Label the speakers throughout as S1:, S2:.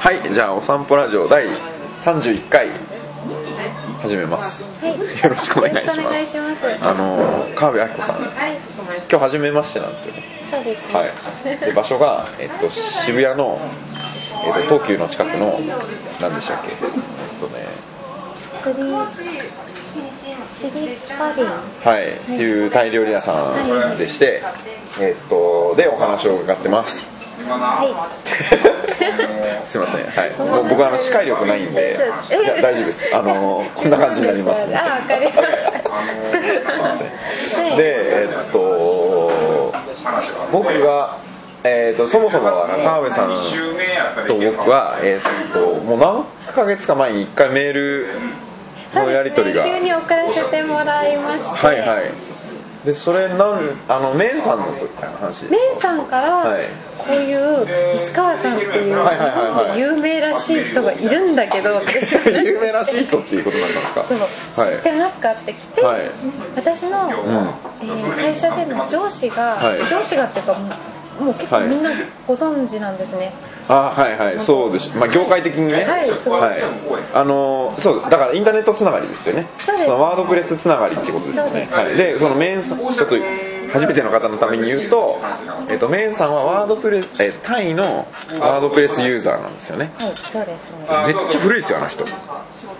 S1: はいじゃあお散歩ラジオ第31回始めます、
S2: はい
S1: よろしくお願いします
S2: よろしくお願いします
S1: あの川辺明子さん今日初めましてなんですよ
S2: そうですね。
S1: はいで場所が、えっと、渋谷の、えっと、東急の近くの何でしたっけえっとね
S2: 釣り、釣りパリン。
S1: はい、っていうタイ料理屋さんでして、えっとでお話を伺って ます
S2: は
S1: すいません、はい、もう僕はあの視界力ないんで、い
S2: そう
S1: や大丈夫です、あのこんな感じになりますんで、
S2: あわかりました
S1: はいすいませ
S2: は
S1: ん。
S2: い
S1: で、えっと、僕が、えっとそもそもは中川さんと僕は、えっともう何ヶ月か前に1回メール
S2: い。
S1: のやり取りが。
S2: そうですね急に送らせてもらいまして。
S1: はいはい。でそれなんあのメンさんの話
S2: メンさんから、
S1: はい
S2: こういう石川さんっていう日
S1: はいはいはいはい
S2: 本で有名らしい人がいるんだけど
S1: 有名らしい人っていうことなんですか
S2: そう
S1: はい
S2: 知ってますかって来て、
S1: はい
S2: 私の、えー会社での上司が、
S1: はい
S2: 上司がっていうかもうもう結構みんなご存知なんですね、
S1: あはいはいそうですまあ業界的にね
S2: はいそう
S1: はいあのそうだからインターネットつながりですよね
S2: そうです
S1: のワードプレスつながりってことですよね
S2: そうです
S1: はいでそのメンさんちょっと初めての方のために言うと、えっと、メンさんはワードプレス、えータイのワードプレスユーザーなんですよね
S2: はいそうですね
S1: めっちゃ古いですよあの人ワ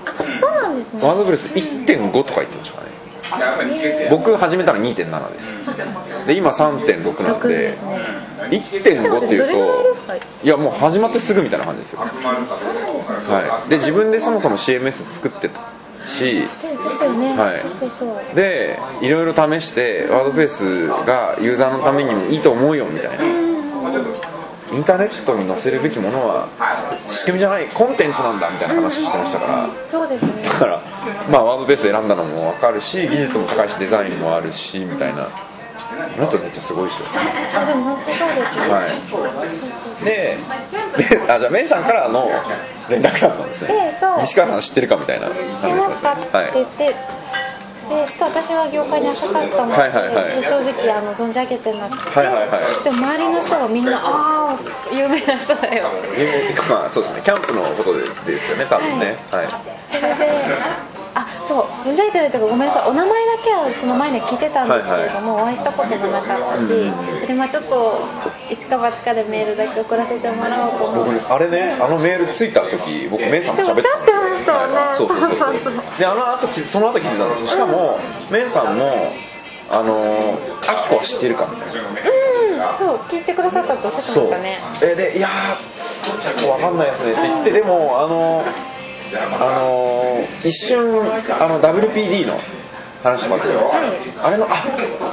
S2: あそうなんですね
S1: ードプレス1.5とか言ってましたかね僕始めたの2.7ですで今3.6なん
S2: 6
S1: で
S2: ですね
S1: 1.5って
S2: どれぐらい
S1: い
S2: で
S1: う
S2: すか
S1: といやもう始まってすぐみたいな感じですよ、はい、で自分でそもそも CMS 作ってたし
S2: ですですよね、
S1: はい
S2: そうそうそう
S1: でいろいろ試してワードプレスがユーザーのためにもいいと思うよみたいなインターネットに載せるべきものは仕組みじゃないコンテンツなんだみたいな話してましたから
S2: そうですね
S1: だからまあワードプレス選んだのも分かるし技術も高いしデザインもあるしみたいなあの人めっちゃすごいですよ
S2: あでも本当そうですね、
S1: はい、で、め あじゃあ、メイさんからの連絡だったんですね
S2: ええ、そう
S1: 西川さん知ってるかみたいな感じ
S2: 知ってますかって
S1: はい
S2: 言って、でちょっと私は業界に浅かったので、
S1: はいはいはい
S2: 正直あの存じ上げてなくて、
S1: はいはいはい
S2: でも周りの人がみんなああ有名な人だよって
S1: 有名っていうかまあ、そうですね、キャンプのことでですよね、多分ね、はい
S2: それであそう存じ上げてないというかごめんなさいお名前だけはその前に聞いてたんですけれども、お会いしたこともなかったし、
S1: う
S2: でまあちょっと一か八かでメールだけ送らせてもらおうと思
S1: 僕
S2: っ
S1: ね
S2: て。
S1: あれね、あのメールついた時僕、メイさんと喋ってたんです
S2: でもおっしゃってましたよね
S1: はいそうそうそう
S2: そうそう
S1: そうで、あの後気づその後気づいたんですよ、しかも、メイさんも、あのー、アキコは知ってるかみたいな。
S2: うん、そう聞いてくださったとおっしゃって
S1: そ
S2: ま
S1: う
S2: したね。
S1: えでいやーちょっとわかんないですねって言ってでもあのあの一瞬あの WPD の話とかあったじゃないですかあれのあ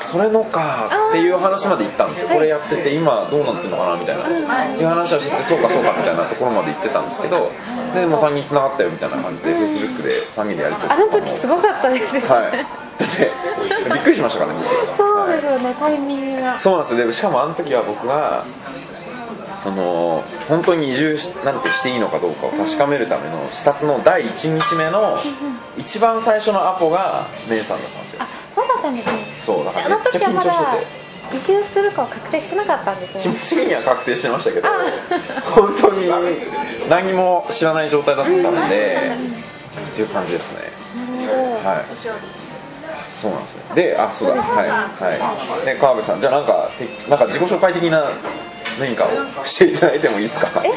S1: それのかっていう話まで行ったんですよこれやってて今どうなってるのかなみたいないう話はしてそうかそうかみたいなところまで行ってたんですけどでもう3人繋がったよみたいな感じで Facebook で3人でやりとり
S2: あの時すごかったですよね。
S1: はいだってびっくりしましたからね僕は
S2: そう
S1: はい
S2: ですよね、タイミングが。
S1: そうなんですよでしかもあの時は僕はその本当に移住しなんてしていいのかどうかを確かめるための視察の第1日目の一番最初のアポが姉さんだったんですよ
S2: あ、そうだったんですね。
S1: そうだ
S2: じ
S1: か
S2: ゃああの
S1: らめっちゃ
S2: 時は
S1: 緊張
S2: まだ
S1: してて
S2: 移住するかは確定してなかったんです
S1: 気持
S2: ね。
S1: ち的には確定してましたけど
S2: あ
S1: 本当に何も知らない状態だったんでっていう感じですね
S2: なるほど。
S1: はいそうなんですねであそうだはいはいね川辺さんじゃあなんかてなんか自己紹介的な何かをしていただいてもいいですか
S2: え、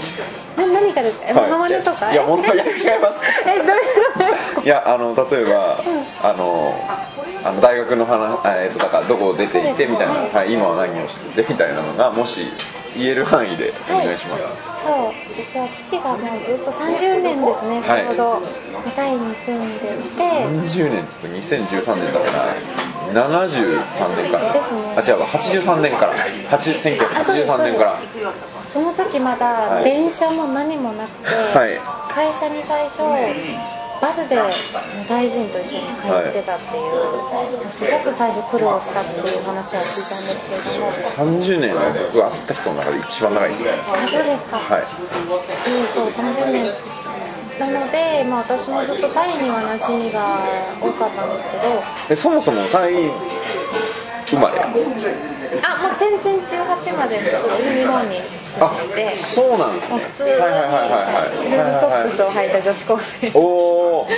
S2: な何かですか？え、
S1: はい
S2: モノマネとか？
S1: いやモノ マネ違い
S2: え
S1: ます
S2: え、どういうこと？
S1: いやあの例えば、
S2: うん
S1: あのあの大学の話、あえっとだからどこを出ていてみたいな、
S2: そうですね
S1: はい、今は何をしててみたいなのがもし言える範囲でお願いします、
S2: そう、私は父がもうずっと30年です
S1: は
S2: ね、
S1: い
S2: ちょうどタイに住んでいて、
S1: 30年っつうと2013年だから73年から
S2: ですね
S1: あ違うわ83年から80 1983年から
S2: その時ま
S1: は
S2: だ
S1: い
S2: 電車も何もなくて、
S1: は
S2: 会社に最初バスで大臣と一緒に通ってたっていう、すごく最初苦労したっていう話は聞いたんですけれども。
S1: 30年は僕が会った人の中で一番長いですね
S2: あそうですか、
S1: はい
S2: うんそう30年なので、まあ、私もずっとタイには馴染みが多かったんですけど
S1: でそもそもタイ生まれ
S2: あもう全然18まで普通に日本に住んでいて
S1: あそうなんです
S2: も
S1: ね
S2: う普通に
S1: は
S2: ル
S1: いはいはいはい
S2: ーズソックスを履いた女子高生
S1: おお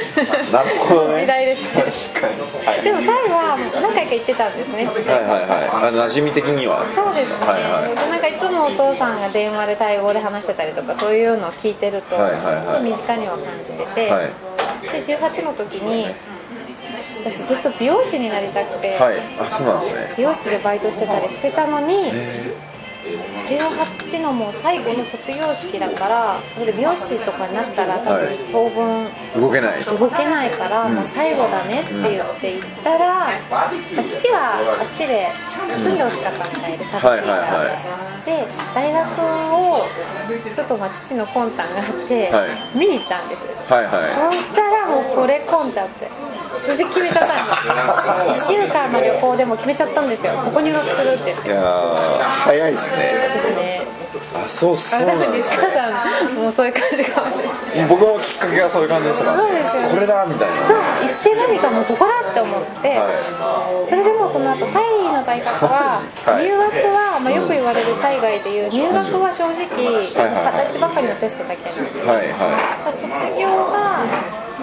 S1: なるほどね
S2: 時代ですね
S1: 確かに、はい、
S2: でもタイは何回か行ってたんですねちっちゃい
S1: はいはいはいあ馴染み的には
S2: そうですね、
S1: はいはい
S2: なんかいつもお父さんが電話でタイ語で話してたりとかそういうのを聞いてると、
S1: はいはいはい
S2: すごい身近には感じてて、
S1: はい
S2: で18の時に私ずっと美容師になりたくて、
S1: はいあそうなんですね
S2: 美容室でバイトしてたりしてたのに
S1: え
S2: 18のもう最後の卒業式だからそれで美容師とかになったら多
S1: はい
S2: 分当分
S1: ー、動けない
S2: 動けないから
S1: うん
S2: もう最後だねって言って行ったら、まあ父はあっちで住んでほしかったみたいで作詞が、
S1: はいはいは
S2: で大学をちょっとまあ父の魂胆があって、
S1: は
S2: 見に行ったんですよ
S1: はいは
S2: そしたらもうこれ込んじゃってそれで決めちゃったんですよ1週間の旅行でも決めちゃったんですよここ入学するって言っ
S1: いい
S2: て
S1: やー早いですね
S2: ですね
S1: あそうそう
S2: あ多
S1: なん
S2: 分
S1: で
S2: 西
S1: す
S2: 川
S1: ね
S2: さんもうそういう感じかもしれない
S1: 僕もきっかけがそういう感じでしたから
S2: そうですよね
S1: これだみたい
S2: そう
S1: な
S2: 行って何かもうどこだって思って、
S1: は
S2: それでもうその後タイの大学は
S1: はい
S2: 入学は、まあ、よく言われる海外でいう入学は正直形ばかりのテストだけなんで
S1: はいはい
S2: 卒業が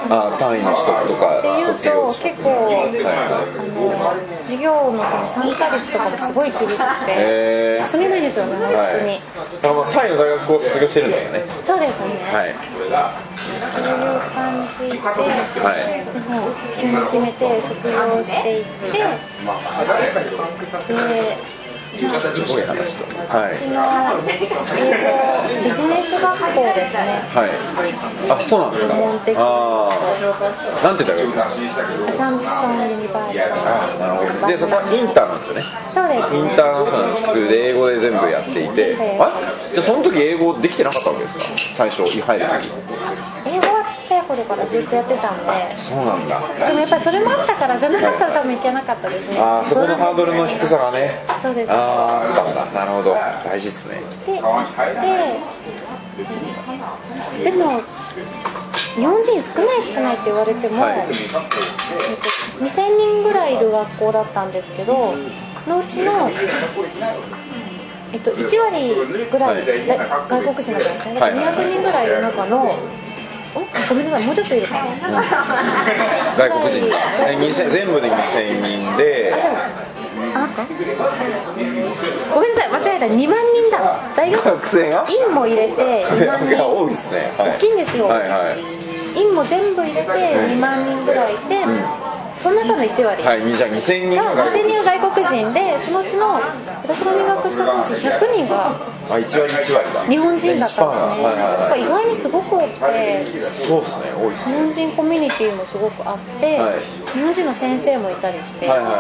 S1: あ単位の取得とか
S2: っていう
S1: 卒業
S2: と
S1: 取
S2: 結
S1: 得
S2: 構、
S1: はい
S2: あの授業のその3ヶ月とかもすごい厳しくて
S1: へえ
S2: 休めないんですよね本当に、
S1: はいあまあタイの大学を卒業してるんですよね
S2: そうですね、
S1: はい
S2: そういう感じで、
S1: はい
S2: でも急に決めて卒業していってで、
S1: すごい話だは
S2: うち
S1: い
S2: の英語ビジネス学校ですね
S1: はいあそうなんですか
S2: 専門的な
S1: ああなんて大学ですか
S2: アサンプションユニバーシテ
S1: あ
S2: ィ
S1: ーなるほどでそこはインターなんですよね
S2: そうです
S1: イ
S2: ね
S1: ンターナショナルスクールで英語で全部やっていてあれじゃあその時英語できてなかったわけですか最初入る時
S2: 英語はちっちゃい頃からずっとやってたん
S1: あ
S2: で
S1: そうなんだ
S2: でもやっぱりそれもあったからじゃなかったら多分いけなかったですね
S1: あーそこのハードルの低さがね
S2: そうです
S1: ああなんだなるほど大事ですね
S2: でででも日本人少ない少ないって言われても、
S1: はい
S2: えっと2000人ぐらいいる学校だったんですけどのうちの、えっと、1割ぐらい、
S1: はい
S2: だ外国人なんですねだか
S1: はい
S2: ら200人ぐらいいる中の、おごめんなさいもうちょっといるかな、
S1: 外国人がえ2000全部で2000人で
S2: あそうあごめんなさい間違えた2万人だ大学
S1: 学生が
S2: 院も入れて2万人
S1: が多いですね、は
S2: 大きいんですよ
S1: はいはい
S2: 院も全部入れて2万人ぐらいいて、
S1: うん
S2: その中の1割、
S1: はいじゃあ2000人
S2: が
S1: が外
S2: 2000
S1: 国
S2: 人
S1: 人
S2: が外国人でそのうちの私が入学した当時100人が
S1: あ1割1割だ
S2: 日本人だったんですね、
S1: はい
S2: やっ
S1: は
S2: ぱ
S1: い
S2: 意
S1: はい
S2: 外にすごく多くて
S1: そうですね多いです
S2: 日
S1: ね
S2: 本人コミュニティもすごくあって、
S1: はい
S2: 日本人の先生もいたりして、
S1: はいはいは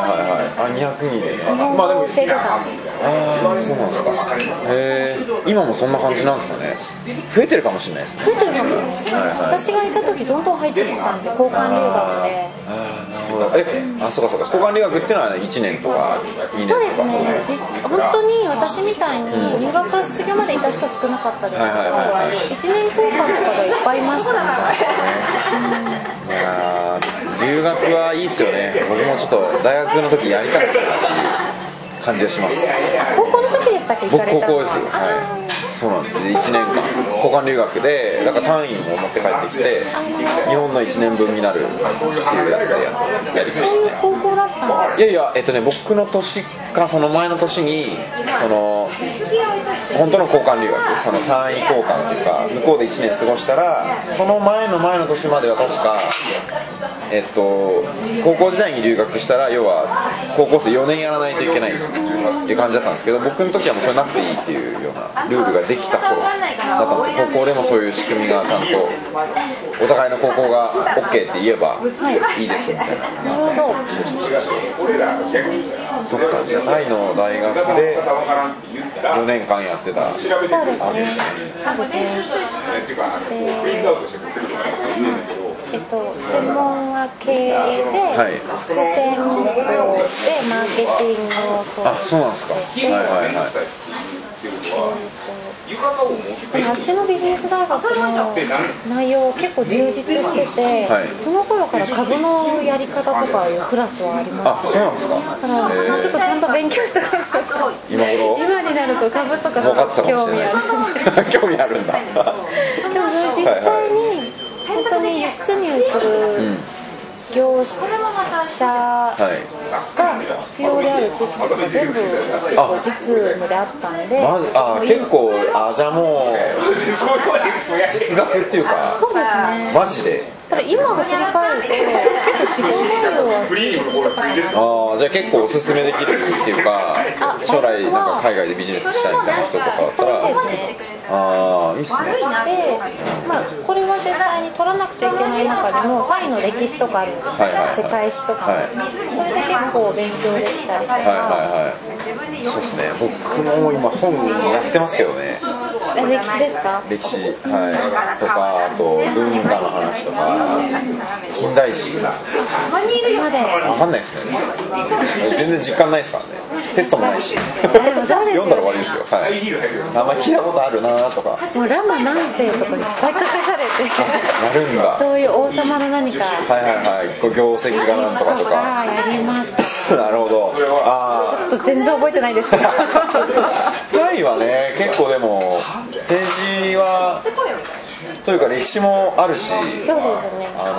S1: いはいあ200人でね
S2: 日本
S1: まあで
S2: 語
S1: も
S2: を教えてたんで
S1: ああそうなんですかへえ今もそんな感じなんですかね増えてるかもしれないですね
S2: 増えてるかもしれないですね、
S1: はいはい
S2: 私がいた時どんどん入ってきたんで交換留学で。
S1: あーなるほどえあそうかそうか交換留学ってのは1年とか2年と
S2: そう
S1: か
S2: ですね実本当に私みたいに入学から卒業までいた人少なかったですけど、
S1: はいはいはいはい
S2: 1年交換とかがいっぱいいましたね
S1: いやー留学はいいっすよね僕もちょっと大学の時やりたかったなっていう感じがします
S2: 高校の時でしたっけ行
S1: 僕
S2: かれ
S1: 高
S2: たの
S1: 校ですはいそうなんです1年間交換留学でだから単位を持って帰ってきて日本の1年分になるっていうやつでややりま
S2: そう
S1: し
S2: いう
S1: たね
S2: 高校だったんです
S1: いやいやえっとね僕の年かその前の年にその本当の交換留学その単位交換っていうか向こうで1年過ごしたらその前の前の年までは確かえっと高校時代に留学したら要は高校生4年やらないといけないっていう感じだったんですけど僕の時はもうそれなくていいっていうようなルールができた頃だったんですよ高校でもそういう仕組みがちゃんとお互いの高校が OK って言えばいいですよみたいな。
S2: なるほど
S1: そっか、じゃあタイの大学で4年間やってた。
S2: そうですねそうですねでえっと専門は経営で、
S1: い
S2: 副専攻でマーケティングを
S1: あ、そうなんですか。
S2: 教え
S1: はい
S2: て
S1: はいはい。
S2: えっとでもあっちのビジネス大学の内容結構充実してて、
S1: はい
S2: その頃から株のやり方とかいうクラスはありま
S1: あ
S2: し
S1: そうなんですか
S2: ただからちょっとちゃんと勉強したから
S1: 今頃
S2: 今になると株とか
S1: 儲かってたかも
S2: 興
S1: しれ
S2: 味ある
S1: ない 興味あるんだ
S2: でも実際に本当に輸出入す
S1: うん
S2: る業者
S1: はい
S2: が必要である知識とか全部結構実務であったんで、
S1: まずあ結構あじゃあもう
S3: 実
S1: 実学っていうか
S2: そうですね
S1: マジで
S2: ただ今が振り返ると結構自己内容は充実してたな
S1: ああじゃあ結構おすすめできるっていうか
S2: あ
S1: 将来なんか海外でビジネスしたいみたいな人とかだったら
S2: そうですね
S1: ああいいっすね
S2: で、まあ、これは絶対に取らなくちゃいけない中でもタイの歴史とかあるんですよ、
S1: はいはいはい
S2: 世界史とか、
S1: はい
S2: それで結構勉強できたりとか、
S1: はいはいはいそうですね僕も今本やってますけどね
S2: え歴史ですか
S1: 歴史、はい、とかあと文化の話とか近代史
S2: 今で
S1: わかんないですね全然実感ないですからねテストもないし
S2: でもそうです
S1: 読
S2: よ
S1: んだら終わりですよはい名前聞いたことあるなとか
S2: もうラマ何世とかいっぱい書か されて
S1: なるんだは
S2: そういう王様の何か
S1: いはいはいご業績がなんとかと
S2: が
S1: か
S2: やりましたち
S1: なるほどあ
S2: ょっと全然覚えてないですけど
S1: あタイはね結構でも政治はというか歴史もあるし
S2: そうですよね
S1: あ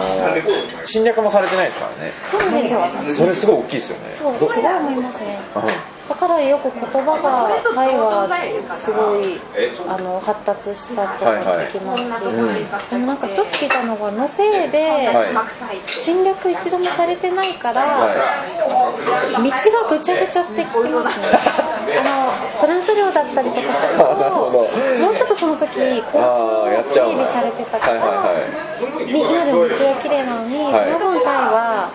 S1: の侵略もされてないですからね
S2: そうですよ
S1: それすごい大きいですよね
S2: そうすごい思いますね
S1: う
S2: だからよく言葉がタイはすごいあの発達したとか聞きますし、
S1: んうん
S2: でもなんか一つ聞いたのがのせい
S1: はい
S2: で侵略一度もされてないから、
S1: は
S2: 道がぐちゃぐちゃって聞きますねあのフランス領だったりとかす る
S1: あなるほど
S2: ともうちょっとその時交通
S1: あーや
S2: が
S1: っちゃ
S2: 整
S1: うんだ
S2: 備されてたから、
S1: はいはい
S2: で今でも道は綺麗なのに、
S1: はい
S2: その分タイは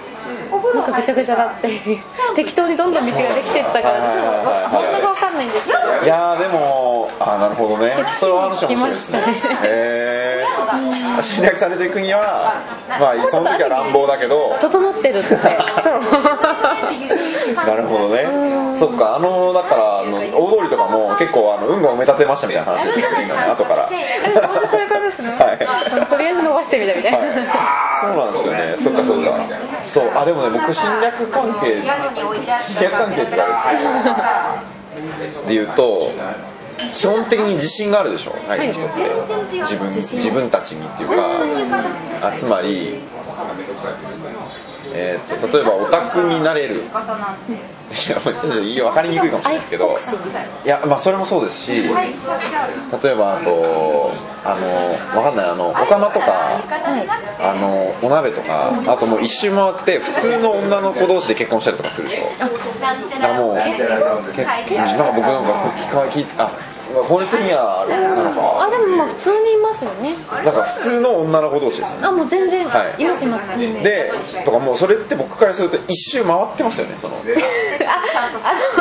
S2: なんかぐちゃぐちゃだっていう適当にどんどん道ができてったから私も
S1: はいはいはいはい
S2: 本当が分かんないんですけど
S1: いいやーでもあーなるほどねそれは話面白いですね
S2: 聞きましたね
S1: へえ侵略されていく国はまあその時は乱暴だけど
S2: 整ってるってそう
S1: なるほどねそっかあのだからあの大通りとかも結構あの運河埋め立てましたみたいな話ですね後 から
S2: えでも本当そういう感じですね、
S1: はい
S2: とりあえず伸ばしてみたみたいな、
S1: はい、そうなんですよね、そっかそっか、そう、あ、でもね、僕、侵略関係、侵略関係ってあれですけど、で言うと、基本的に自信があるでしょ、タイの人って、自分自分たちにっていうか、あつまり、えー、と例えばオタクになれる、いや、分かりにくいかもしれないですけど、いや、まあ、それもそうですし、例えばあとあのわかんないあのお釜とかあのお鍋とかあともう一周回って普通の女の子同士で結婚したりとかするでしょだからもう結構なんか僕なんか聞か聞いてあ法律にはあれなの
S2: あで
S1: か
S2: もまあ普通にいますよね
S1: なんか普通の女の子同士ですよね
S2: あもう全然、
S1: はい
S2: いますいます
S1: でとかもうそれって僕からすると一周回ってますよねその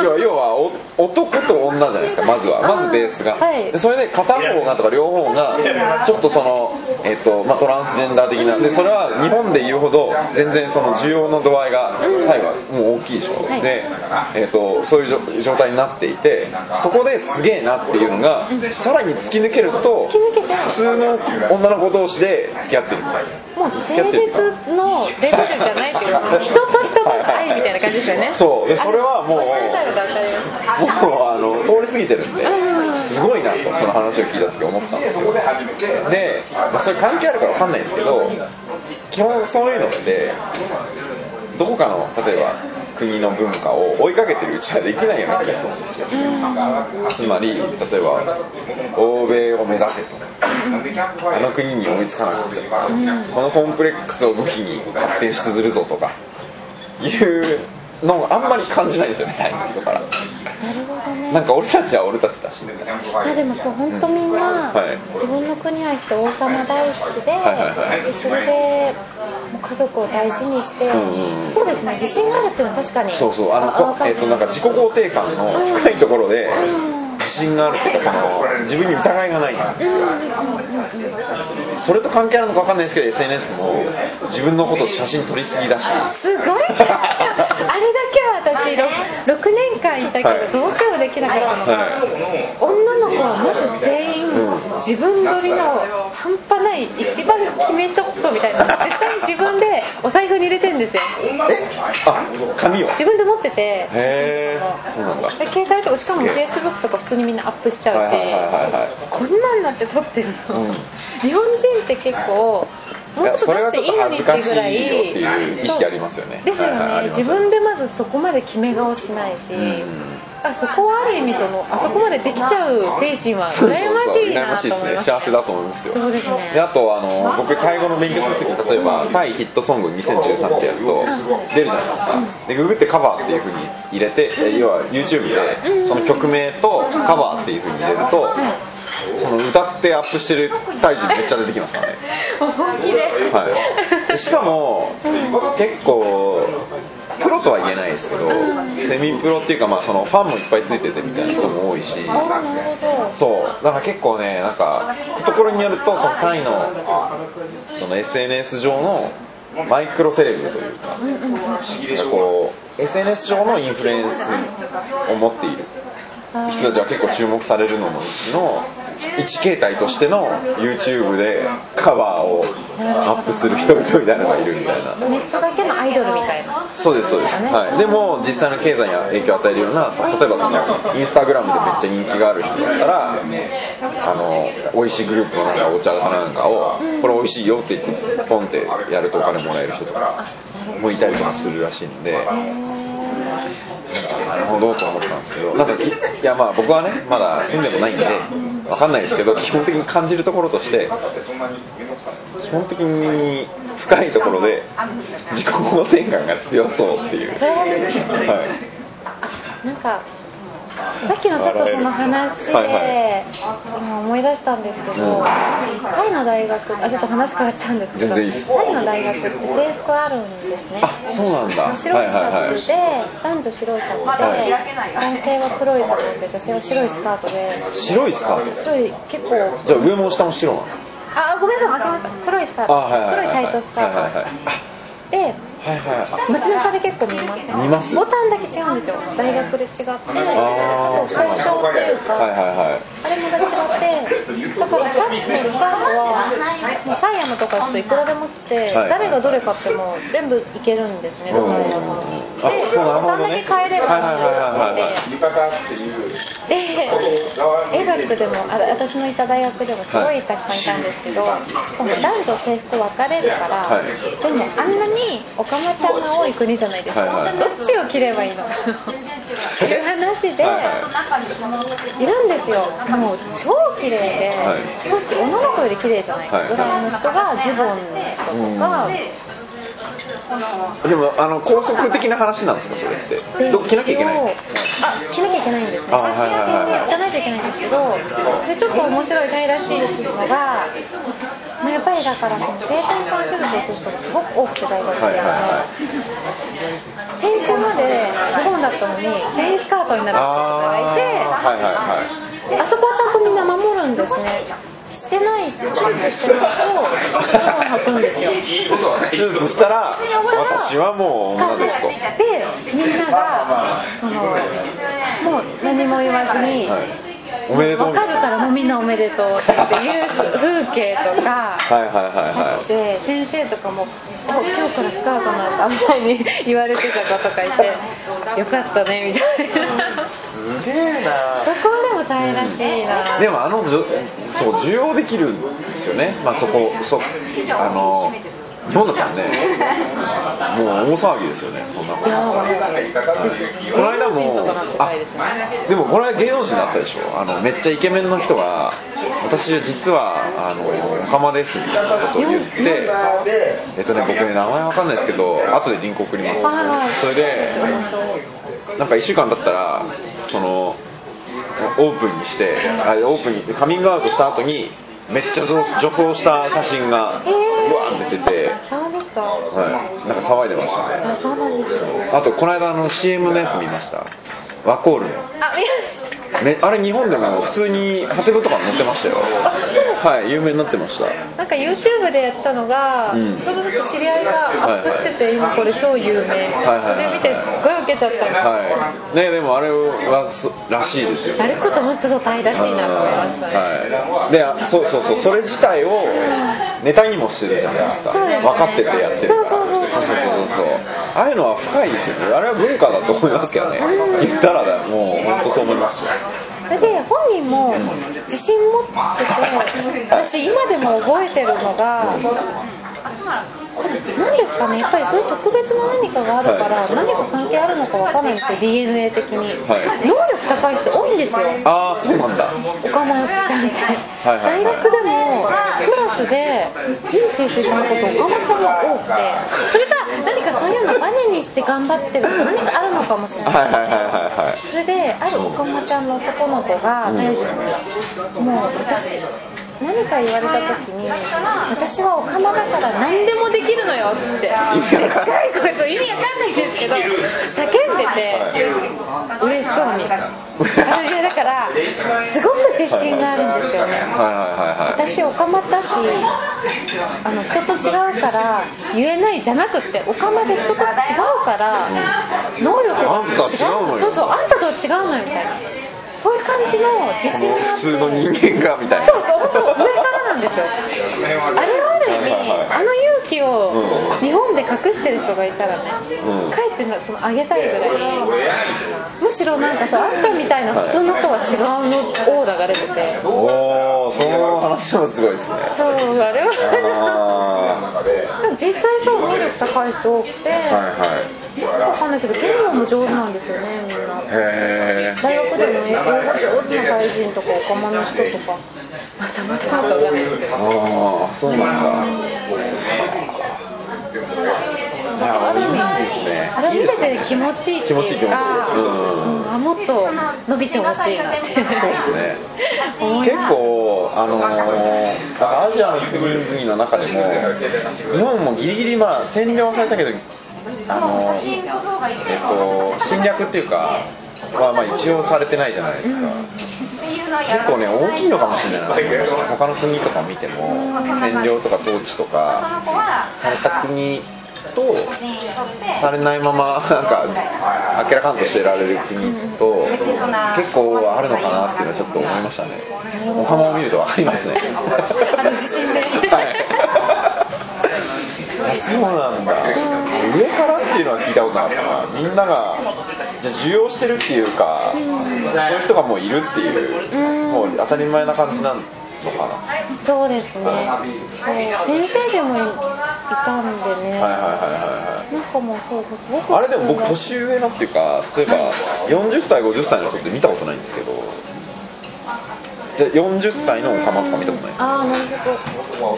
S1: 要は要はお男と女じゃないですかまずはまずベースが、
S2: はい
S1: でそれで片方がとか両方がちょっとその、えっとまあ、トランスジェンダー的なでそれは日本で言うほど全然その需要の度合いがタイはもう大きいでしょ、
S2: はい
S1: で、えっとそういうじょ状態になっていてそこですげえなっていうのがさらに突き抜けると
S2: 突き抜けて
S1: 普通の女の子同士で付き合ってるみたいな
S2: もう性別のレベルじゃないっていうか人と人との愛みたいな感じですよね
S1: そうでそれはもう
S2: おっしゃる通りだと分かります
S1: 僕もあの通り過ぎてるん
S2: う
S1: で
S2: ん
S1: すごいなとその話を聞いた時思ったんですよで、まあ、それ関係あるかわかんないですけど基本そういうのってどこかの例えば国の文化を追いかけてるうちはできないような気がするんですよつまり例えば欧米を目指せとあの国に追いつかなくちゃ、このコンプレックスを武器に発展し続けるぞとかいうのをあんまり感じないんですよねタイの人から
S2: なるほどね
S1: なんか俺たちは俺たちだしみたいな
S2: まあでもそう本当みんな、
S1: はい
S2: 自分の国愛して王様大好きで、
S1: はいはいはい
S2: でそれでもう家族を大事にして、
S1: うんうん
S2: そうですね自信があるっていうのは確かに
S1: そうそうあの
S2: わ
S1: こ
S2: か
S1: え
S2: る
S1: っ、となんか自己肯定感の深いところで自信があるというかその自分に疑いがないんですよそれと関係あるのか分かんないですけど SNS も自分のこと写真撮りすぎだし
S2: すごいあれだけは私 6, 年間いたけ
S1: はい
S2: どどうしてもできなかったのが、
S1: は
S2: 女の子はまず全員
S1: うん
S2: 自分撮りの半端ない一番決めショットみたいなの絶対自分でお財布に入れてんですよ
S1: あ紙を
S2: 自分で持ってて
S1: へえそうなんだ
S2: で携帯とかしかも Facebook とか普通にみんなアップしちゃう
S1: は
S2: し、
S1: いはいはいはい
S2: こんなんなって撮ってるの、
S1: うん
S2: 日本人って結構も
S1: いう
S2: ちょ
S1: や
S2: っと
S1: そ
S2: 出
S1: れ
S2: し
S1: はち
S2: て
S1: ょっ
S2: いい
S1: と
S2: の
S1: 恥ずかしいよって
S2: にっていうぐらい
S1: いう意識ありますよね
S2: ですよね、
S1: はいはいあります
S2: 自分でまずそこまで決め顔しないし、
S1: うん
S2: あそこはある意味そのあそこまでできちゃう精神は
S1: そうそう
S2: 羨ま
S1: そ
S2: し
S1: う
S2: いな
S1: で
S2: と
S1: す
S2: 思い
S1: ね
S2: ます
S1: 幸せだと思いますよ
S2: そうですね
S1: であとあの僕タイ語の勉強する時に例えば「タイヒットソング2013」ってやると出るじゃないですかでググってカバーっていう風に入れてえ要は YouTube でその曲名とカバーっていう風に入れるとその歌ってアップしてるタイ人めっちゃ出てきますからね
S2: もう本気で、
S1: はいでしかも結構プロとは言えないですけどセミプロっていうかまあそのファンもいっぱいついててみたいな人も多いし
S2: あなるほど
S1: そうだから結構ねなんか懐によるとそのタイのその SNS 上のマイクロセレブというかなんかこう SNS 上のインフルエンスを持っている
S2: あ
S1: 人たちは結構注目されるののうちの一形態としての YouTube でカバーをアップする人々みたいなのがいるみたいな
S2: ネットだけのアイドルみたいな
S1: そうですそうです、はい、でも実際の経済に影響を与えるようなその例えばそのインスタグラムでめっちゃ人気がある人だったらあの美味しいグループのなんかお茶かなんかをこれ美味しいよって言ってポンってやるとお金もらえる人とかもいたりとかするらしいんで。なるほどと思ったんですけどなんかきいやまあ僕はねまだ住んでもないんでわかんないですけど基本的に感じるところとして基本的に深いところで自己肯定感が強そうっていう
S2: それはね
S1: はい
S2: なんかさっきのちょっとその話で、
S1: はいは
S2: 今思い出したんですけど、
S1: うん
S2: タイの大学あちょっと話変わっちゃうんですけ
S1: 全
S2: ど
S1: 然いいです
S2: タイの大学って制服あるんですね
S1: あそうなんだ
S2: 白いシ
S1: はいはいは
S2: ャ
S1: い
S2: ツで、男女白いシャツで、
S1: は
S2: 男性は黒いズボンで女性は白いスカートで
S1: 白いスカート
S2: 白い結構
S1: じゃあ上も下も白なの
S2: あごめんなさい間違えました黒いスカー
S1: あ
S2: ト、
S1: はいはいはい
S2: 黒
S1: はい
S2: タイトスカート、
S1: はいはいはい
S2: で
S1: はいはいはい
S2: 街中で結構見ます
S1: 見ます
S2: ボタンだけ違うんですよ大学で違ってあ
S1: あー
S2: と最初っていうか、
S1: はいはいはい
S2: あれもだ違ってだからシャツとスカートはもうサイヤムとか行くといくらでも着て
S1: はい
S2: 誰がどれ買っても全部いけるんですね
S1: う
S2: ど
S1: ん
S2: こ
S1: うんうん
S2: で
S1: あ
S2: で
S1: そうなる
S2: ボ
S1: ほ
S2: タ
S1: ど
S2: ンだけ
S1: ね
S2: 変えれば
S1: はいはいはいはいはい
S4: 浴衣っていう
S2: で英学でもあれ私のいた大学でもすごいたくさんいたんですけど、この男女制服分かれるから、
S1: はい
S2: でもあんなにオカマちゃんが多い国じゃないですか、
S1: はいはい
S2: どっちを着ればいいのかっていう話で、
S1: はいはい
S2: いるんですよもう超綺麗で、
S1: はい
S2: 正直女の子より綺麗じゃない、
S1: はい
S2: ドラムの人がズボンの人とか、
S1: でもあの高速的な話なんですかそれって
S2: で
S1: ど着なきゃいけない
S2: 一応
S1: の
S2: あ着なきゃいけないんですね
S1: あはいはいはいはい
S2: じゃないといけないんですけどでちょっと面白いタイらしいのが、まあ、やっぱりだからその生体管手術をする人がすごく多くて大学生
S1: はいはいは
S2: が先週までズボンだったのに全員スカートに
S1: い
S2: なる人
S1: あーは
S2: が
S1: いはい
S2: いてであそこはちゃんとみんな守るんですねしてない手術してないとズボン履くんですよ
S1: はい手術したら私はもう
S2: スカ
S1: 女
S2: ート
S1: ですと
S2: でみんながそのもう何も言わずに、
S1: はいおめでとう
S2: わかるからもうみんなおめでとうっていう風景とか
S1: はいはいはいは
S2: あ
S1: い
S2: って先生とかも「お今日からスカートなんだ」みたいに言われてた子とかいて「よかったね」みたいな
S1: すげえな
S2: そこはでも大変らしいな
S1: でもあのじょそう需要できるんですよねまあそこそあの日本だったらねもう大騒ぎですよねそんなこと
S2: いやわかる
S1: この間
S2: 芸能人と
S1: も
S2: かの世界ですよね
S1: あでもこの間芸能人だったでしょあのめっちゃイケメンの人が私実はあのオカマですみたいなことを言ってえっとね僕ね名前わかんないですけど後でリンク送ります
S2: はいはい
S1: それでなんか1週間だったらそのオープンにしてあオープンにカミングアウトした後にめっちゃ女女装した写真が
S2: えー
S1: うわーって出て、
S2: 本当ですか
S1: はい、なんか騒いでましたね
S2: あそうなんですね
S1: あとこの間あの CM のやつ見ましたワコールの
S3: あ見ました
S1: めあれ日本でも普通にハテブとかに載ってましたよはい有名になってました
S3: なんか YouTube でやったのが、
S1: うん
S3: ちょうどちょっと知り合いがアップしてて、今これ超有名、
S1: いはいはい
S3: それ見てすっごいウケちゃったの、
S1: はいねでもあれはそらしいですよ
S3: あれこそもっとそうタイらしいなと思います、
S1: はい、であそうそうそうそれ自体をネタにもしてるじゃないですか
S3: そうですね
S1: 分かっててやってる
S3: そうそうそうそう
S1: そうそうそうああいうのは深いですよねあれは文化だと思いますけどね言ったらだもう本当そう思いますよ
S2: それで本人も自信持ってて私今でも覚えてるのが何ですかねやっぱりそういう特別な何かがあるから、
S1: はい
S2: 何か関係あるのかわかんないんですよ DNA 的に、
S1: はい
S2: 能力高い人多いんですよ
S1: ああそうなんだ
S2: 岡本ちゃんって、
S1: いはい
S2: 大学でもクラスでいい成績のこと岡本ちゃんが多くてそれが何かそういうのをバネにして頑張ってる何かあるのかもしれない
S1: はいはいはいはいはい
S2: それである岡本ちゃんの男の子が大臣に「もう私何か言われた時に私は岡間だから何
S3: 何で
S2: で
S3: もできるのよっつってでっかい声と意味わかんないんですけど叫んでて、嬉しそうにあれいやだから
S2: すごく自信があるんですよ
S1: はい
S2: ね
S1: はいはいはい
S2: 私岡間だしあの人と違うから言えないじゃなくって岡間で人と違うから能力が
S1: あんたとは違うのよ
S2: そうそうあんたとは違うのよみたいなそういう感じの自
S1: こ
S2: 信が
S1: の
S2: あって
S1: 普通の人間がみたいな
S2: そうそう、本当上からなんですよ。あれはある意
S1: はい
S2: 味、
S1: はいはい
S2: あの勇気
S1: う
S2: を
S1: ん
S2: 日本で隠してる人がいたらね、
S1: うん
S2: かえってなそのあげたいぐらい、むしろなんかそう、あんたみたいな普通の子は違うのオーラが出てて、
S1: おおその話もすごいですね
S2: そう、あれは。
S1: あー
S2: でも実際そう、能力高い人多くて、
S1: はいはい
S2: よくわかんないけど、言語も上手なんですよね、みんな。
S1: へえ
S2: 大学でも英語が上手な外人とか、おかまの人とか、まあたまたまかわかんないですけど。
S1: ああそうなんだいや
S2: ある意
S1: いい
S2: 味
S1: ですね
S2: あれを見てて気持ちいいって
S1: 気
S2: いう
S1: 持ちいい気持ちいい
S2: あ
S1: うん
S2: ーあもっと伸びてほしいなって
S1: そうですね
S2: 思い
S1: 結
S2: ます
S1: 構あのーアジアの国々の中でも日本もギリギリまあ占領されたけどあのーえっと侵略っていうかはまあ一応されてないじゃないですか結構ね大きいのかもしれないなと思いました他の国とか見ても占領とか統治とかされた国とされないままなんかあけらかんとしてられる国と結構あるのかなっていうのはちょっと思いましたねお浜を見ると分かりますね
S2: あの地震で
S1: はいあそうなんだ上からっていうのは聞いたことなかったなみんながじゃあ需要してるっていうかそういう人がもういるっていうもう当たり前な感じなのかな
S2: そうですねそう先生でもいたんでね、
S1: はいはいはいはいはい
S2: なんかもうそうそうすごく
S1: あれでも僕年上のっていうか例えば40歳50歳の人って見たことないんですけどで40歳のオカマとか見たことないですね
S2: ああなるほど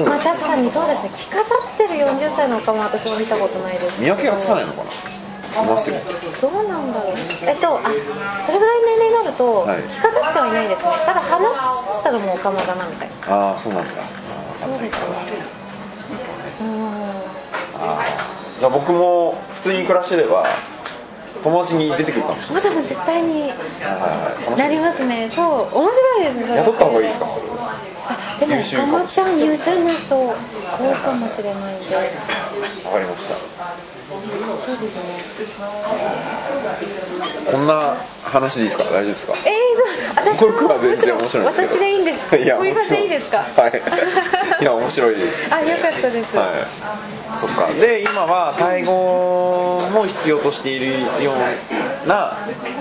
S1: うん
S2: まあ確かにそうですね着飾ってる40歳のおかも私も見たことないです
S1: 見分けがつかないのかなうますぎ
S2: どうなんだろうえっとあそれぐらいの年齢になると
S1: はい
S2: 着飾ってはいないですねただ話したらもうおかまだなみたいな
S1: ああそうなんだ
S2: そうですねうん
S1: あーじゃあ僕も普通に暮らしてれば友達に出てくるかもしれ
S2: まあ多分絶対に
S1: ないはいはいはい楽し
S2: な
S1: みで
S2: りますすねそう面白いですねそれは
S1: 雇った方がいいですかそれ
S2: あでも
S1: 優秀か
S2: か
S1: も
S2: まちゃん優秀な人多いかもしれないんで
S1: わかりました
S2: そうですね
S1: こんな話でいいですか大丈夫ですか
S2: えー、そう私
S1: 僕は全然面白いんですけど
S2: 私でいいんです
S1: いや
S2: こういう感じでいいですか
S1: もちろんは いいや面白いです、ね、
S2: あよかったです
S1: はいそっかで今はタイ語も必要としているような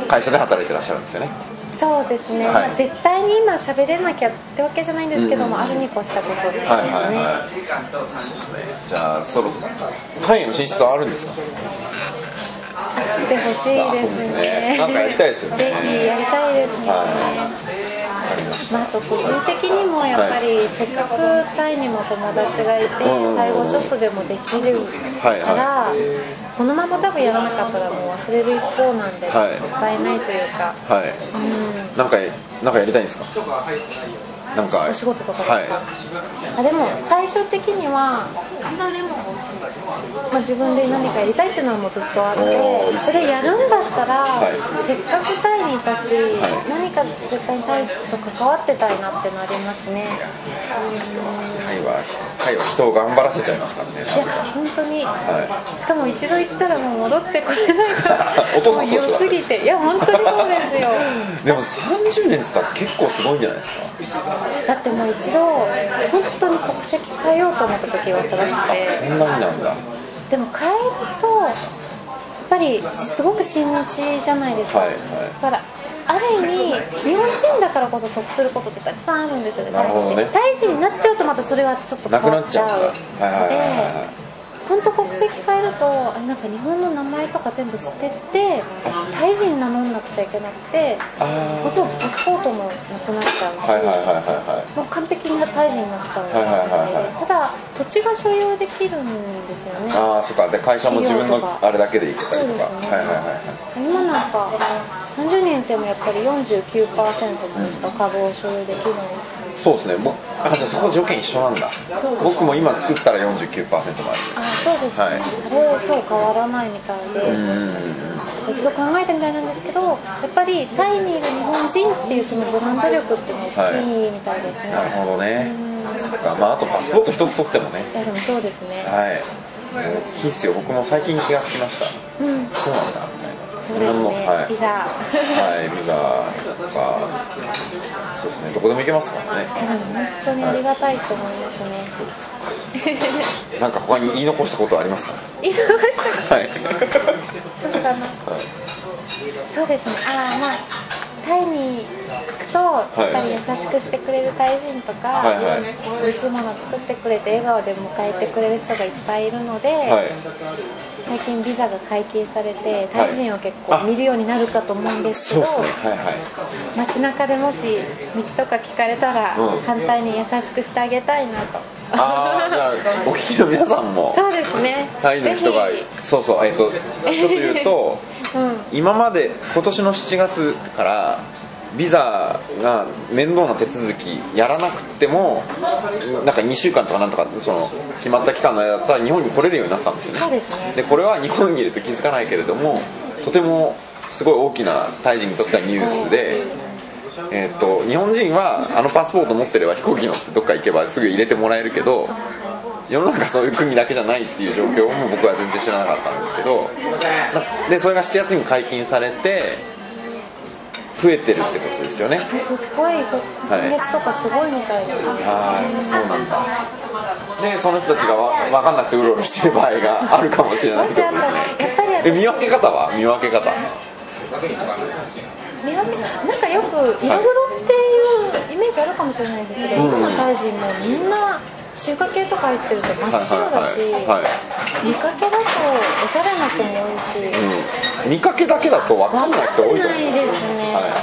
S1: 会社で働いてらっしゃるんですよね
S2: そうですね、
S1: はい
S2: まあ、絶対に今喋れなきゃってわけじゃないんですけども、
S1: うんうんうん
S2: あるに越したことないですね、
S1: はいはいはいそうですねじゃあそろそろタイへの進出はあるんですか
S2: あってほしいですね
S1: なんかやりたいですよね
S2: ぜひやりたいですね、
S1: はわかりました
S2: まあ、あと個人的にもやっぱり、せっかくタイにも友達がいて、
S1: うん
S2: タイ語ちょっとでもできるから、
S1: はいは
S2: このまま多分やらなかったらもう忘れる一方なんで、
S1: はい
S2: もったいないというか、
S1: はい
S2: うん、
S1: なんかなんかやりたいんですかなんか
S2: お仕事とかですか、
S1: はい
S2: あでも最終的にはまあ、自分で何かやりたいっていうのはもうずっとあってそれやるんだったら、
S1: はい
S2: せっかくタイにいたし、
S1: はい
S2: 何か絶対タイと関わってたいなってのありますね
S1: 会は会は人を頑張らせちゃいますからねない ぜ
S2: や
S1: か
S2: 本当に、
S1: は
S2: しかも一度行ったらもう戻ってこれないから
S1: お父さ
S2: も
S1: ん
S2: う
S1: そう
S2: 良
S1: ですよ
S2: すぎていや本当にそうで すよ
S1: でも30年っつったら結構すごいんじゃないですか
S2: だってもう一度本当に国籍変えようと思った時があったらしくて
S1: そんなになんだ
S2: でも変えるとやっぱりすごく親日じゃないですか、
S1: はいはい
S2: だからある意味日本人だからこそ得することってたくさんあるんですよね
S1: なるほどね
S2: 大事になっちゃうとまたそれはちょっと
S1: な
S2: 変
S1: く
S2: わ
S1: なっ
S2: っ
S1: ち
S2: ち
S1: ゃ
S2: ゃ
S1: う
S2: うん
S1: だはいはいはいはいはい
S2: 本当国籍変えるとあなんか日本の名前とか全部捨ててタイ人名乗んなくちゃいけなくて
S1: あー
S2: もちろんパスポートもなくなっちゃうし、
S1: はいはいはいはいはい
S2: もう完璧なタイ人になっちゃうので、
S1: はいはいはいはい
S2: ただ土地が所有できるんですよね
S1: ああそっかで会社も自分
S2: 企業と
S1: の
S2: か
S1: あれだけで行けたりとか
S2: そうですね
S1: はいはいはい
S2: 今なんか30年でもやっぱり49%もしか株を所有できるんです
S1: そ
S2: よ、
S1: うですね僕あじゃあそこ条件一緒なんだ
S2: そうです
S1: 僕も今作ったら49%もありで
S2: あ
S1: す
S2: そうですね、
S1: はい
S2: あれそう変わらないみたいで、
S1: うーん
S2: 一度考えてみたいなんですけどやっぱりタイにいる日本人っていうそのブランド力っていうのが大きいみたいですね、
S1: なるほどね
S2: うん
S1: そっかまああとパスポート一つ取ってもね
S2: いやでもそうですね、
S1: はい大きいっすよ僕も最近気がつきました
S2: うん
S1: そうなんだみたいな
S2: そう
S1: 自
S2: です
S1: 分も
S2: ね、
S1: はい
S2: ビザ、
S1: はい、ビザとか、そうですね、どこでも行けますからね。
S2: いやでも本当にありがたいと思いますね、
S1: なんか他に言い残したことはありますか
S2: 忙しか
S1: はい。は
S2: そうだなそうですね。ああまあタイに行くとやっぱり優しくしてくれるタイ人とか、
S1: はいはい
S2: 美味しいものを作ってくれて笑顔で迎えてくれる人がいっぱいいるので、
S1: い。はい。
S2: 最近ビザが解禁されてタイ人を結
S1: あ
S2: 構見るようになるかと思うんです
S1: そ
S2: け
S1: う
S2: ど、
S1: ですね、はいはい。
S2: 街中でもし道とか聞かれたら、
S1: うん
S2: 反対に優しくしてあげたいなと。
S1: ああ、じゃあ、お聞きの皆さんも、
S2: そうですね。
S1: タイの人が
S2: ぜ、
S1: そうそう、えっと、ちょっと言うと、
S2: ひうん。
S1: 今まで今年の7月からビザが面倒な手続きやらなくてもなんか2週間とかなんとかその決まった期間の間だったら日本に来れるようになったんですよね
S2: そうですね
S1: でこれは日本にいると気づかないけれどもとてもすごい大きなタイ人にとってはニュースで。えー、と日本人はあのパスポート持ってれば飛行機乗ってどっか行けばすぐ入れてもらえるけど世の中そういう国だけじゃないっていう状況も僕は全然知らなかったんですけどなでそれが7月に解禁されて増えてるってことですよね
S2: すっごい今月とかすごいみたいですね。
S1: はいそうなんだでその人たちがわ分かんなくてうろうろしてる場合があるかもしれない
S2: も
S1: って
S2: しあ
S1: こ
S2: っ
S1: とです
S2: たら、
S1: ね
S2: やっぱ
S1: え
S2: り私
S1: 見分け方は見分け方
S2: 見分けなんかよく色黒っていうイメージあるかもしれないですけど、
S1: うん
S2: 今の大臣もみんな中華系とか入ってると真っ白だし、
S1: はいはいはいはい
S2: 見かけだとおしゃれな子も多いし、
S1: うん、見かけだけだと分かんない人多いと思
S2: な
S1: うんで
S2: いですす
S1: よ
S2: ね、
S1: は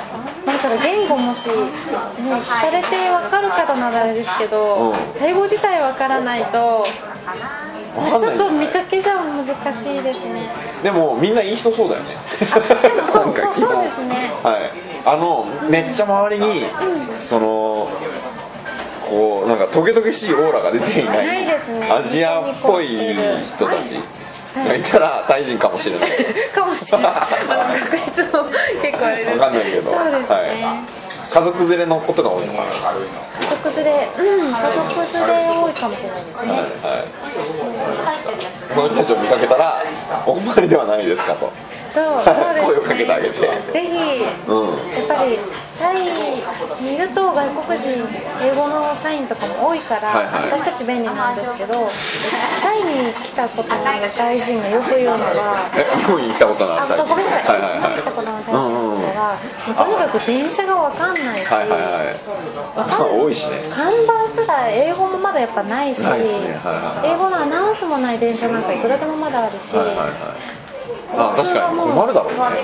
S2: だから言語もし、ね、聞かれて分かる方ならあれですけど、
S1: うん
S2: タイ語自体分からないと
S1: い、
S2: ちょっと見
S1: け
S2: かけじゃ難しいですね
S1: でもみんないい人そうだよね。
S2: でもそう
S1: なんか基
S2: そう
S1: 本
S2: そうですね
S1: はい。あのめっちゃ周りにそのこうなんかトゲトゲしいオーラが出ていない
S2: ないですね
S1: アジアっぽい人たちがいたらタイ人かもしれない。
S2: かもしれない、まあ、確率も結構あれです
S1: わかんないけど。
S2: そうですね、
S1: はい。家族連れのことが多いのかな。
S2: 家族連れ、うん、家族連れ多いかもしれないですね。
S1: はいはい。その人たちを見かけたらお困りではないですかと。
S2: そう、そうです、ね。
S1: 声をかけてあげて
S2: ぜひ、
S1: うん。
S2: やっぱりタイにいると外国人英語のサインとかも多いから、
S1: はいはい
S2: 私たち便利なんです けど、タイに来たことの大臣がよく言うのは。
S1: え日本に来たことのあ
S2: あ
S1: るタイ人。
S2: ごめんなさい、
S1: はいはい
S2: 日本
S1: は
S2: に
S1: い。
S2: 来たことの大臣
S1: うんうんうん
S2: だから、もうとにかく電車がわかんないし、
S1: はいはいはい。
S2: わかんない
S1: 多いしね。
S2: 看板すら英語もまだやっぱないし、
S1: ないですねはいはいはい
S2: 英語のアナウンスもない電車なんかいくらでもまだあるし、
S1: はいはいはい。あ確かに困るだろうね。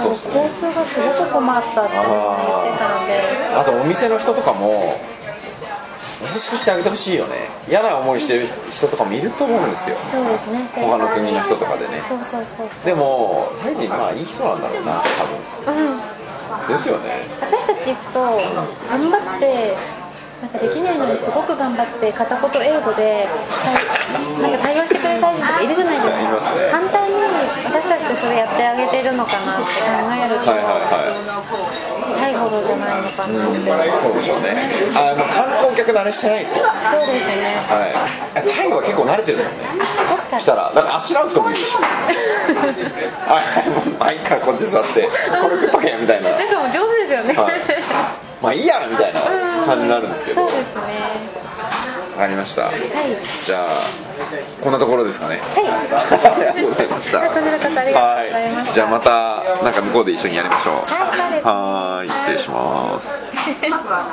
S1: そうっすね
S2: 交通がすごく困ったって言ってたので。
S1: あとお店の人とかも優しくしてあげてほしいよね。嫌な思いしてる人とかもいると思うんですよ。
S2: そうですね。
S1: 他の国の人とかでね
S2: そうそうそうそ
S1: でもタイ人まあいい人なんだろうな
S2: う。うん。
S1: 多分。ですよね。
S2: 私たち行くと頑張ってなんかできないのにすごく頑張って片言英語で対なんか対応してくれる大臣とかいるじゃないですか
S1: いますね
S2: 反対に私たちってそれやってあげてるのかなって考えると、
S1: はいは
S2: ないほどじゃないのか
S1: い
S2: なって、
S1: はい、うん、そうでしょうねあの観光客慣れしてないですよ
S2: そうですね
S1: はいあタイは結構慣れてるもんね
S2: 確か
S1: 来たらだからあしらう人もいるでしょ
S2: に
S1: あもうまあいいからこっち座 ってこれ食っとけみたいな
S2: なんかもう上手ですよね、
S1: はいまあいいやみたいな感じになるんですけど
S2: う
S1: わ
S2: んそうですね
S1: かりました
S2: はい
S1: じゃあこんなところですかね
S2: は
S1: あ
S2: い
S1: りがとうございました
S2: こちらこそありがとうございました
S1: はじゃあまたなんか向こうで一緒にやりましょう
S2: はいそうです
S1: はーい失礼します